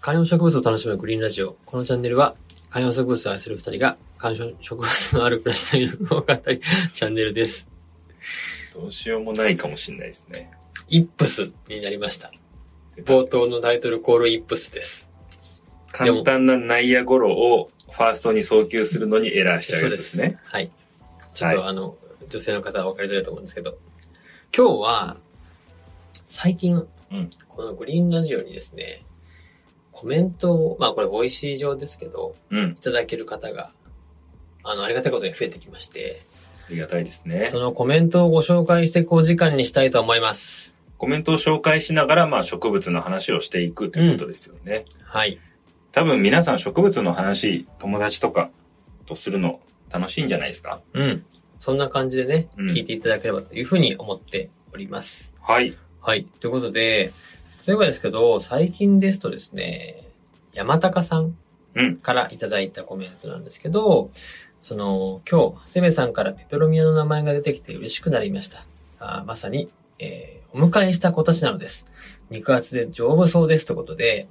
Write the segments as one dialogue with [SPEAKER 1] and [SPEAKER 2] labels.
[SPEAKER 1] 観葉植物を楽しむグリーンラジオ。このチャンネルは、観葉植物を愛する二人が、観葉植物のある暮らしの魅力を語り、チャンネルです。
[SPEAKER 2] どうしようもないかもしれないですね。
[SPEAKER 1] イップスになりました。冒頭のタイトルコールイップスです。
[SPEAKER 2] 簡単な内野ゴロをファーストに送球するのにエラーしちゃうやつですね。。
[SPEAKER 1] はい。ちょっと、
[SPEAKER 2] は
[SPEAKER 1] あの、女性の方は分かりづらいと思うんですけど、今日は、最近、
[SPEAKER 2] うん
[SPEAKER 1] このグリーンラジオにですね、コメントを、まあこれ、ボイシー上ですけど、
[SPEAKER 2] うん
[SPEAKER 1] い。ただける方が、あの、ありがたいことに増えてきまして、
[SPEAKER 2] ありがたいですね
[SPEAKER 1] そ。のコメントをご紹介していくお時間にしたいと思います。
[SPEAKER 2] コメントを紹介しながら、まあ植物の話をしていくということですよね。
[SPEAKER 1] はい。
[SPEAKER 2] 多分皆さん植物の話、友達とかとするの楽しいんじゃないですか
[SPEAKER 1] うん。そんな感じでね、
[SPEAKER 2] うん
[SPEAKER 1] 聞いていただければというふうに思っております。
[SPEAKER 2] はい。
[SPEAKER 1] はい。ということで、例えばですけど、最近ですとですね、山高さん
[SPEAKER 2] うん
[SPEAKER 1] からいただいたコメントなんですけど、その、今日、長谷部さんからペペロミアの名前が出てきて嬉しくなりました。あーまさに、えーお迎えした子たちなのです。肉厚で丈夫そうですということで、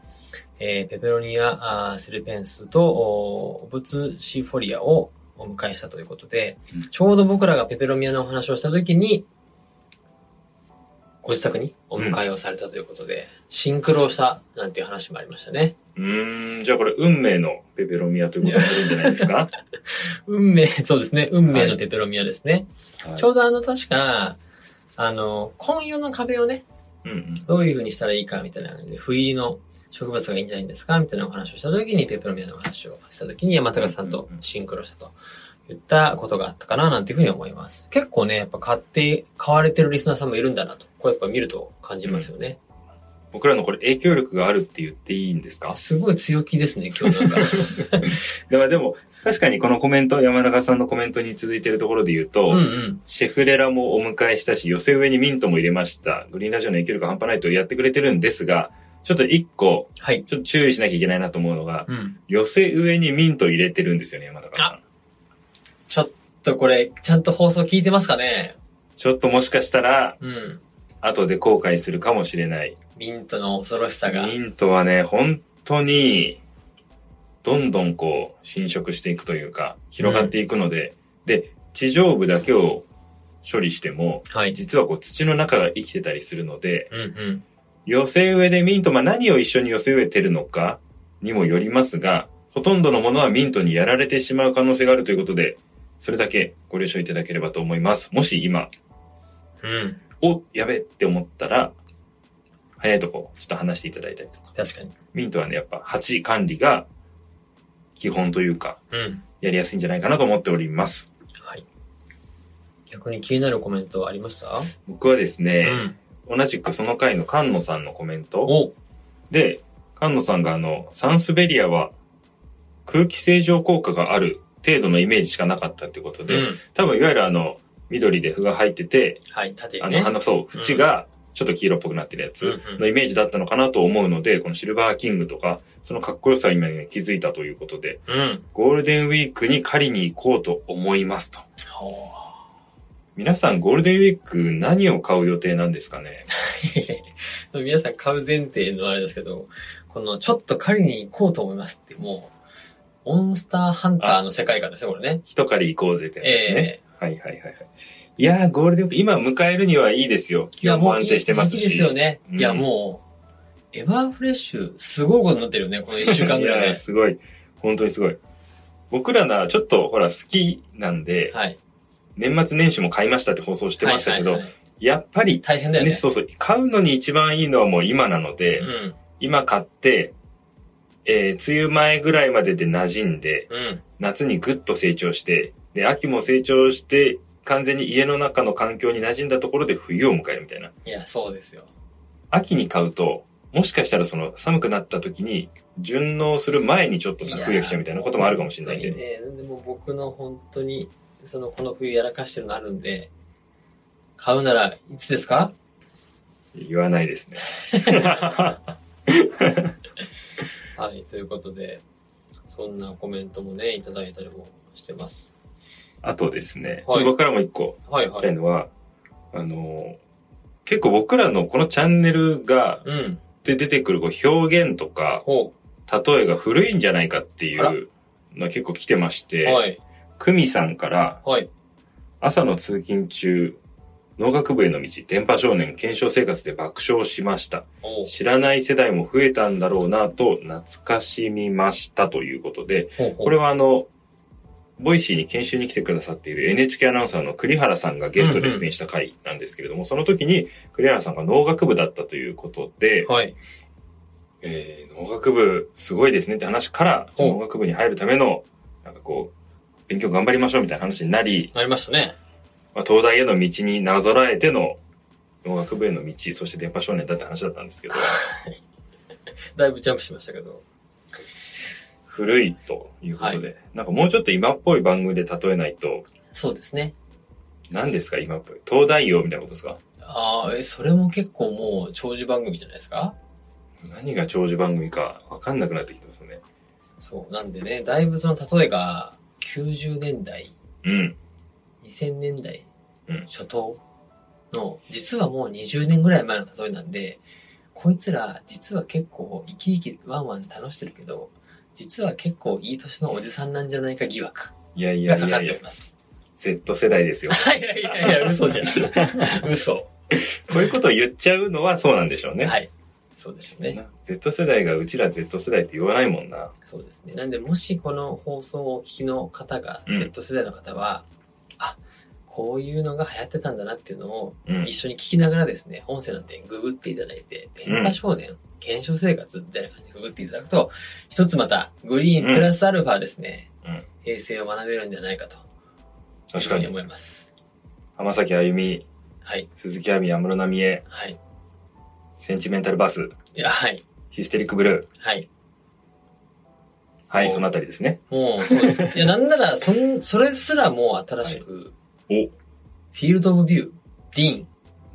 [SPEAKER 1] えーペペロニアあーセルペンスとおオブツシフォリアをお迎えしたということで、
[SPEAKER 2] うん
[SPEAKER 1] ちょうど僕らがペペロミアのお話をした時に、ご自宅にお迎えをされたということで、シンクロしたなんていう話もありましたね。
[SPEAKER 2] うーん、じゃあこれ運命のペペロミアということになるんじゃないですか、は
[SPEAKER 1] 運命、そうですね。運命のペペロミアですね。
[SPEAKER 2] い
[SPEAKER 1] ちょうどあの、確か、あの、紺色の壁をね、
[SPEAKER 2] うんうん。
[SPEAKER 1] どういう風にしたらいいかみたいな感じで、不入りの植物がいいんじゃないんですかみたいなお話をした時に、ペペロミアのお話をした時に、山高さんとシンクロしたと言ったことがあったかな、なんていう風に思います。結構ね、やっぱ買って、買われてるリスナーさんもいるんだなと、こうやっぱ見ると感じますよね。
[SPEAKER 2] 僕らのこれ影響力があるって言っていいんですか
[SPEAKER 1] すごい強気ですね、今日 なんか。
[SPEAKER 2] でもでも、確かにこのコメント、山中さんのコメントに続いてるところで言うと、
[SPEAKER 1] うんうん。
[SPEAKER 2] シェフレラもお迎えしたし、寄せ植えにミントも入れました。グリーンラジオの影響力半端ないとやってくれてるんですが、ちょっと一個、
[SPEAKER 1] はい。
[SPEAKER 2] ちょっと注意しなきゃいけないなと思うのが、
[SPEAKER 1] うん。
[SPEAKER 2] 寄せ植えにミント入れてるんですよね、山中さん。
[SPEAKER 1] ちょっとこれ、ちゃんと放送聞いてますかね
[SPEAKER 2] ちょっともしかしたら、
[SPEAKER 1] うん。
[SPEAKER 2] 後で後悔するかもしれない。
[SPEAKER 1] ミントの恐ろしさが。
[SPEAKER 2] ミントはね、本当に、どんどんこう、侵食していくというか、広がっていくので、で、地上部だけを処理しても、
[SPEAKER 1] はい。
[SPEAKER 2] 実はこう土の中が生きてたりするので、
[SPEAKER 1] うんうん。
[SPEAKER 2] 寄せ植えでミント、まあ何を一緒に寄せ植えてるのかにもよりますが、ほとんどのものはミントにやられてしまう可能性があるということで、それだけご了承いただければと思います。もし今、
[SPEAKER 1] うん。
[SPEAKER 2] お、やべって思ったら、早いとこ、ちょっと話していただいたりとか。
[SPEAKER 1] 確かに。
[SPEAKER 2] ミントはね、やっぱ鉢管理が基本というか、
[SPEAKER 1] うん。
[SPEAKER 2] やりやすいんじゃないかなと思っております。
[SPEAKER 1] はい。逆に気になるコメントはありました
[SPEAKER 2] 僕はです
[SPEAKER 1] う
[SPEAKER 2] ね、
[SPEAKER 1] ん。
[SPEAKER 2] 同じくその回の菅野さんのコメント、
[SPEAKER 1] お
[SPEAKER 2] で、菅野さんがあの、サンスベリアは空気清浄効果がある程度のイメージしかなかったってこと
[SPEAKER 1] う
[SPEAKER 2] で、
[SPEAKER 1] ん。
[SPEAKER 2] 多分いわゆるあの、緑で符が入ってて、
[SPEAKER 1] はい、縦
[SPEAKER 2] あ
[SPEAKER 1] に
[SPEAKER 2] の、
[SPEAKER 1] ね。
[SPEAKER 2] あの、そう、縁がちょっと黄色っぽくなってるやつ
[SPEAKER 1] うんうん
[SPEAKER 2] のイメージだったのかなと思うので、このシルバーキングとか、そのかっこよさに今ね気づいたということで、
[SPEAKER 1] うん。
[SPEAKER 2] ゴールデンウィークに狩りに行こうと思いますと。
[SPEAKER 1] おー
[SPEAKER 2] 皆さんゴールデンウィーク何を買う予定なんですかね
[SPEAKER 1] 皆さん買う前提のあれですけど、この、ちょっと狩りに行こうと思いますって、もう、モンスターハンターの世界観ですね、これね。
[SPEAKER 2] 一狩り行こうぜってやつですね。
[SPEAKER 1] ええ
[SPEAKER 2] はいはいはいはい。いやー、ゴールデンウィーク、今迎えるにはいいですよ。
[SPEAKER 1] い
[SPEAKER 2] 気
[SPEAKER 1] や、
[SPEAKER 2] 温
[SPEAKER 1] も
[SPEAKER 2] も
[SPEAKER 1] うい
[SPEAKER 2] 安
[SPEAKER 1] い
[SPEAKER 2] 定
[SPEAKER 1] 時
[SPEAKER 2] してます
[SPEAKER 1] 期
[SPEAKER 2] し。
[SPEAKER 1] ですよね。
[SPEAKER 2] うん
[SPEAKER 1] いや、もう、エバーフレッシュ、すごいことになってるよね、この一週間ぐらい
[SPEAKER 2] いや
[SPEAKER 1] ね
[SPEAKER 2] ー、。すごい。本当にすごい。僕らな、ちょっとほら、好きなんで、
[SPEAKER 1] はい。
[SPEAKER 2] 年末年始も買いましたって放送してましたけど、
[SPEAKER 1] はいはいはい
[SPEAKER 2] やっぱり、
[SPEAKER 1] 大変だよ
[SPEAKER 2] ね、
[SPEAKER 1] ね。
[SPEAKER 2] そうそう、買うのに一番いいのはもう今なので、
[SPEAKER 1] うん。
[SPEAKER 2] 今買って、えー、梅雨前ぐらいまでで馴染んで、
[SPEAKER 1] うん。
[SPEAKER 2] 夏にぐっと成長して、で、秋も成長して、完全に家の中の環境に馴染んだところで冬を迎えるみたいな。
[SPEAKER 1] いや、そうですよ。
[SPEAKER 2] 秋に買うと、もしかしたらその寒くなった時に、順応する前にちょっとさ、冬が来ちゃうみたいなこともあるかもしれないん
[SPEAKER 1] 本
[SPEAKER 2] で。
[SPEAKER 1] 当にね、でも僕の本当に、その、この冬やらかしてるのあるんで、買うならいつですか
[SPEAKER 2] 言わな いですね。
[SPEAKER 1] はい、ということで、そんなコメントもね、いただいたりもしてます。
[SPEAKER 2] あとですね、
[SPEAKER 1] はい
[SPEAKER 2] ちょっと僕からも一個
[SPEAKER 1] はい
[SPEAKER 2] 言
[SPEAKER 1] はい
[SPEAKER 2] たい。のは、あのー、結構僕らのこのチャンネルが、
[SPEAKER 1] うん。
[SPEAKER 2] で出てくるこう表現とか、
[SPEAKER 1] ほ
[SPEAKER 2] 例えが古いんじゃないかってい
[SPEAKER 1] あら
[SPEAKER 2] うの結構来てまして、
[SPEAKER 1] はい。
[SPEAKER 2] 久美さんから
[SPEAKER 1] はい。
[SPEAKER 2] 朝の通勤中、農学部への道、電波少年、検証生活で爆笑しました。
[SPEAKER 1] おう
[SPEAKER 2] 知らない世代も増えたんだろうなと懐かしみましたということで、
[SPEAKER 1] ほうほう
[SPEAKER 2] これはあの、ボイシーに研修に来てくださっている NHK アナウンサーの栗原さんがゲストで出演した回なんですけれども、その時に栗原さんが農学部だったということで、
[SPEAKER 1] はい。
[SPEAKER 2] えー農学部すごいですねって話から、
[SPEAKER 1] ほう
[SPEAKER 2] 農学部に入るための、なんかこう、勉強頑張りましょうみたいな話になり、
[SPEAKER 1] なりましたね。
[SPEAKER 2] まあ、東大への道になぞらえての農学部への道、そして電波少年だって話だったんですけど、
[SPEAKER 1] だいぶジャンプしましたけど。
[SPEAKER 2] 古いということで、なんかもうちょっと今っぽい番組で例えないと、
[SPEAKER 1] そうですね。
[SPEAKER 2] 何ですか今っぽい。東大王みたいなことですか
[SPEAKER 1] ああ、え、それも結構もう長寿番組じゃないですか
[SPEAKER 2] 何が長寿番組かわかんなくなってきてますね。
[SPEAKER 1] そう。なんでね、だいぶその例えが90年代、
[SPEAKER 2] うん。
[SPEAKER 1] 2000年代
[SPEAKER 2] うん
[SPEAKER 1] 初頭の、実はもう20年ぐらい前の例えなんで、こいつら実は結構生き生きワンワン楽してるけど、実は結構いい年のおじさんなんじゃないか疑惑
[SPEAKER 2] いやい
[SPEAKER 1] が
[SPEAKER 2] やい
[SPEAKER 1] かか
[SPEAKER 2] や
[SPEAKER 1] っ
[SPEAKER 2] い
[SPEAKER 1] て
[SPEAKER 2] や
[SPEAKER 1] おり、ます。
[SPEAKER 2] Z 世 代ですよ。
[SPEAKER 1] いやいやいや、嘘じゃん。 嘘。
[SPEAKER 2] こういうことを言っちゃうのはそうなんでしょうね。
[SPEAKER 1] はい。そうでしょうね。
[SPEAKER 2] な Z 世代がうちら Z 世代って言わないもんな。
[SPEAKER 1] そうですね。なんで、もしこの放送をお聞きの方が、
[SPEAKER 2] うん
[SPEAKER 1] Z 世代の方は、あ、こういうのが流行ってたんだなっていうのを、
[SPEAKER 2] うん
[SPEAKER 1] 一緒に聞きながらですね、音声なんてググっていただいて、電波少年、検証生活みたいな感じでググっていただくと、一つまた、グリーンプラスアルファですね、
[SPEAKER 2] うん
[SPEAKER 1] 平成を学べるんじゃないかと、
[SPEAKER 2] 確か
[SPEAKER 1] いうふう
[SPEAKER 2] に。
[SPEAKER 1] 思います。
[SPEAKER 2] 浜崎あゆみ、
[SPEAKER 1] はい。
[SPEAKER 2] 鈴木亜美、安室奈美恵、
[SPEAKER 1] はい。
[SPEAKER 2] センチメンタルバス、
[SPEAKER 1] いや、はい。
[SPEAKER 2] ヒステリックブルー。
[SPEAKER 1] はい。
[SPEAKER 2] は
[SPEAKER 1] お
[SPEAKER 2] い、そのあたりですね。
[SPEAKER 1] もう、そうです。いや、なんなら、そん、それすらもう新しく、
[SPEAKER 2] はいお
[SPEAKER 1] フィールド・オブ・ビュー、ディー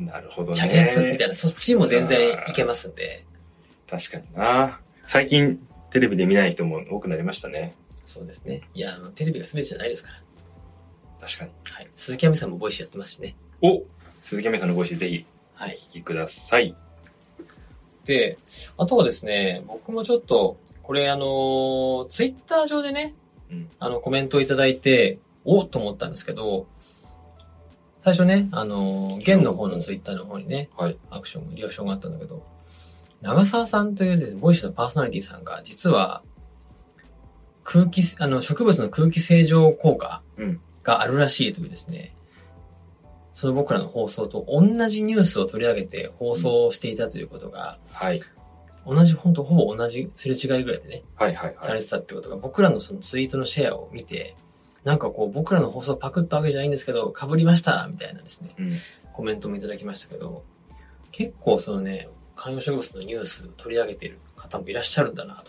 [SPEAKER 1] ン、
[SPEAKER 2] なるほど
[SPEAKER 1] チャゲンス
[SPEAKER 2] ね
[SPEAKER 1] みた。いな、そっちも全然いけますんで。
[SPEAKER 2] 確かにな。最近テレビで見ない人も多くなりましたね。
[SPEAKER 1] そうですね。いや、あのテレビが全てじゃないですから。
[SPEAKER 2] 確かに。
[SPEAKER 1] はい。鈴木亜美さんもボイシーやってますしね。
[SPEAKER 2] お鈴木亜美さんのご意思ぜひ
[SPEAKER 1] はい。
[SPEAKER 2] お聞きください。
[SPEAKER 1] で、あとはですね、僕もちょっと、これあの、ツイッター上でね、
[SPEAKER 2] うん
[SPEAKER 1] あの、コメントをいただいて、おっと思ったんですけど、最初ね、あの、現の方のツイッターの方にね、
[SPEAKER 2] はい
[SPEAKER 1] アクション、リアクションがあったんだけど、長澤さんというですね、ボイシーのパーソナリティさんが、実は、空気、あの、植物の空気清浄効果
[SPEAKER 2] うん
[SPEAKER 1] があるらしいというですね、その僕らの放送と同じニュースを取り上げて放送をしていたということが、
[SPEAKER 2] はい。
[SPEAKER 1] 同じ、本当ほぼ同じすれ違いぐらいでね、
[SPEAKER 2] はいはい
[SPEAKER 1] さ
[SPEAKER 2] は
[SPEAKER 1] れ
[SPEAKER 2] い。
[SPEAKER 1] てたってことが、僕らのそのツイートのシェアを見て、なんかこう、僕らの放送パクったわけじゃないんですけど、被りました、みたいなですね、
[SPEAKER 2] うん。
[SPEAKER 1] コメントもいただきましたけど、結構そのね、観葉植物のニュース取り上げてる方もいらっしゃるんだな、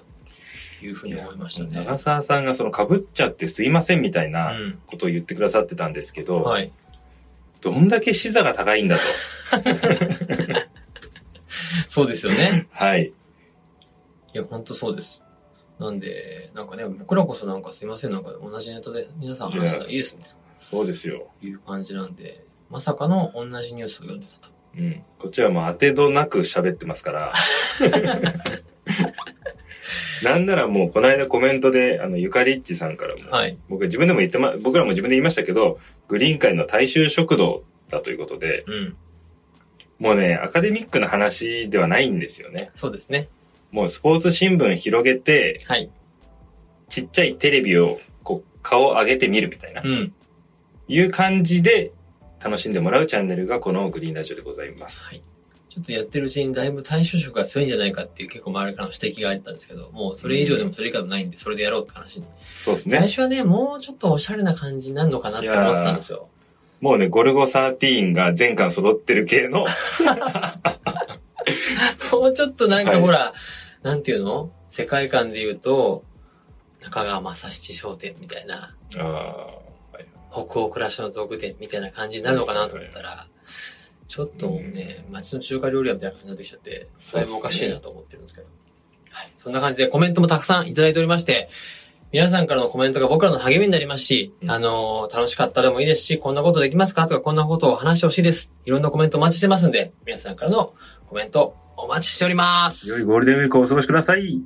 [SPEAKER 1] というふうに思いましたね。。
[SPEAKER 2] 長澤さんがその被っちゃってすいませんみたいうなんことを言ってくださってたんですけど、
[SPEAKER 1] はい。
[SPEAKER 2] どんだけ視座が高いんだと。
[SPEAKER 1] そうですよね。
[SPEAKER 2] はい。
[SPEAKER 1] いや、ほんとそうです。なんで、なんかね、僕らこそなんかすいません、なんか同じネタで皆さん話したらいいですね、
[SPEAKER 2] そうですよ。
[SPEAKER 1] という感じなんで、まさかの同じニュースを読んでたと。
[SPEAKER 2] うん。こっちはもう当てどなく喋ってま すから。なんならもうこの間コメントで、あの、ゆかりっちさんからも、
[SPEAKER 1] はい。
[SPEAKER 2] 僕は自分でも言ってま、僕らも自分で言いましたけど、グリーン界の大衆食堂だということで、
[SPEAKER 1] うん。
[SPEAKER 2] もうね、アカデミックな話ではないんですよね。
[SPEAKER 1] そうですね。
[SPEAKER 2] もうスポーツ新聞広げて、
[SPEAKER 1] はい。
[SPEAKER 2] ちっちゃいテレビを、こう、顔を上げてみるみたいな、
[SPEAKER 1] うん。
[SPEAKER 2] いう感じで、楽しんでもらうチャンネルがこのグリーンラジオでございます。
[SPEAKER 1] はい。ちょっとやってるうちにだいぶ対象色が強いんじゃないかっていう結構周りからの指摘があったんですけど、もうそれ以上でもそれ以下でもないんで、それでやろうって話に。
[SPEAKER 2] そうです
[SPEAKER 1] 最
[SPEAKER 2] ね。
[SPEAKER 1] 初はね、もうちょっとおしゃれな感じになるのかなって思ってたんですよ。
[SPEAKER 2] もうね、ゴルゴ13が全巻揃ってる系の、
[SPEAKER 1] もうちょっとなんか
[SPEAKER 2] はい
[SPEAKER 1] ほら、なんていうの世界観で言うと、中川正七商店みたいな、
[SPEAKER 2] あーはい
[SPEAKER 1] 北欧暮らしの道具店みたいな感じになるのかなと思ったら、ちょっとね、街の中華料理屋みたいな感じになってきちゃって、
[SPEAKER 2] そう
[SPEAKER 1] だい
[SPEAKER 2] ですね
[SPEAKER 1] ぶおかしいなと思ってるんですけど。はい。そんな感じでコメントもたくさんいただいておりまして、皆さんからのコメントが僕らの励みになりますし、
[SPEAKER 2] うん
[SPEAKER 1] あのー楽しかったでもいいですし、こんなことできますかとか、こんなことを話してほしいです。いろんなコメントお待ちしてますんで、皆さんからのコメントお待ちしております。
[SPEAKER 2] 良いゴールデンウィークをお過ごしください。